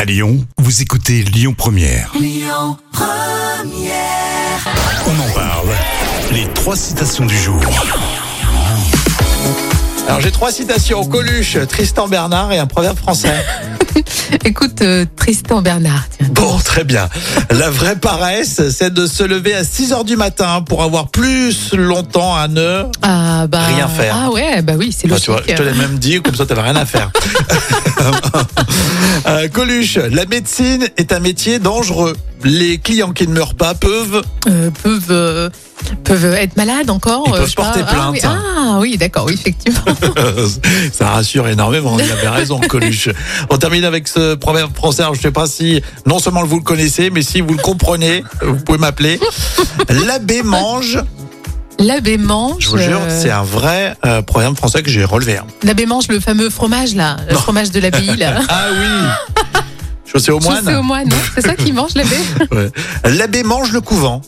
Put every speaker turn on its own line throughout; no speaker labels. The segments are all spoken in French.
À Lyon, vous écoutez Lyon Première. On en parle. Les trois citations du jour.
Alors j'ai trois citations Coluche, Tristan Bernard et un proverbe français.
Écoute, euh, Tristan Bernard, tiens.
Bon, très bien. La vraie paresse, c'est de se lever à 6 heures du matin pour avoir plus longtemps à nœud.
Ah, bah,
Rien faire.
Ah ouais, bah oui, c'est
Bah,
logique.
tu vois, je te l'ai même dit, comme ça t'avais rien à faire. Euh, Coluche, la médecine est un métier dangereux. Les clients qui ne meurent pas peuvent.
Euh, peuvent, euh, peuvent être malades encore.
Ils
euh,
peuvent
je sais pas.
porter
Ah oui,
plainte. hein.
Ah oui, d'accord, oui, effectivement.
Ça rassure énormément, il avait raison, Coluche. On termine avec ce proverbe français. Alors, je ne sais pas si non seulement vous le connaissez, mais si vous le comprenez, vous pouvez m'appeler. L'abbé mange.
L'abbé mange.
Je vous jure,
euh,
c'est un vrai euh, proverbe français que j'ai relevé. hein.
L'abbé mange le fameux fromage, là. Le fromage de l'abbaye, là.
Ah oui Chaussée au moine
Chaussé au moine, non c'est ça qu'il mange, l'abbé
Ouais. L'abbé mange le couvent.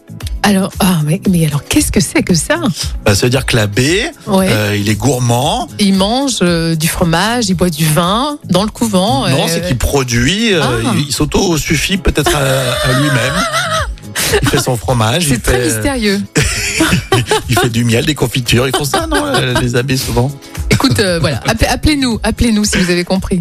Alors, ah, mais, mais alors, qu'est-ce que c'est que ça
Bah, ça veut dire que l'abbé,
Ouais.
euh, il est gourmand.
Il mange euh, du fromage, il boit du vin dans le couvent.
Non,
euh,
c'est qu'il produit, euh,
Ah.
il, il s'auto-suffit peut-être à, à lui-même. Il fait son fromage, il
C'est très
fait, euh,
mystérieux.
il fait du miel, des confitures. Ils font ça, non, euh, les abbés, souvent
Écoute, euh, voilà, appelez- appelez-nous, appelez-nous si vous avez compris.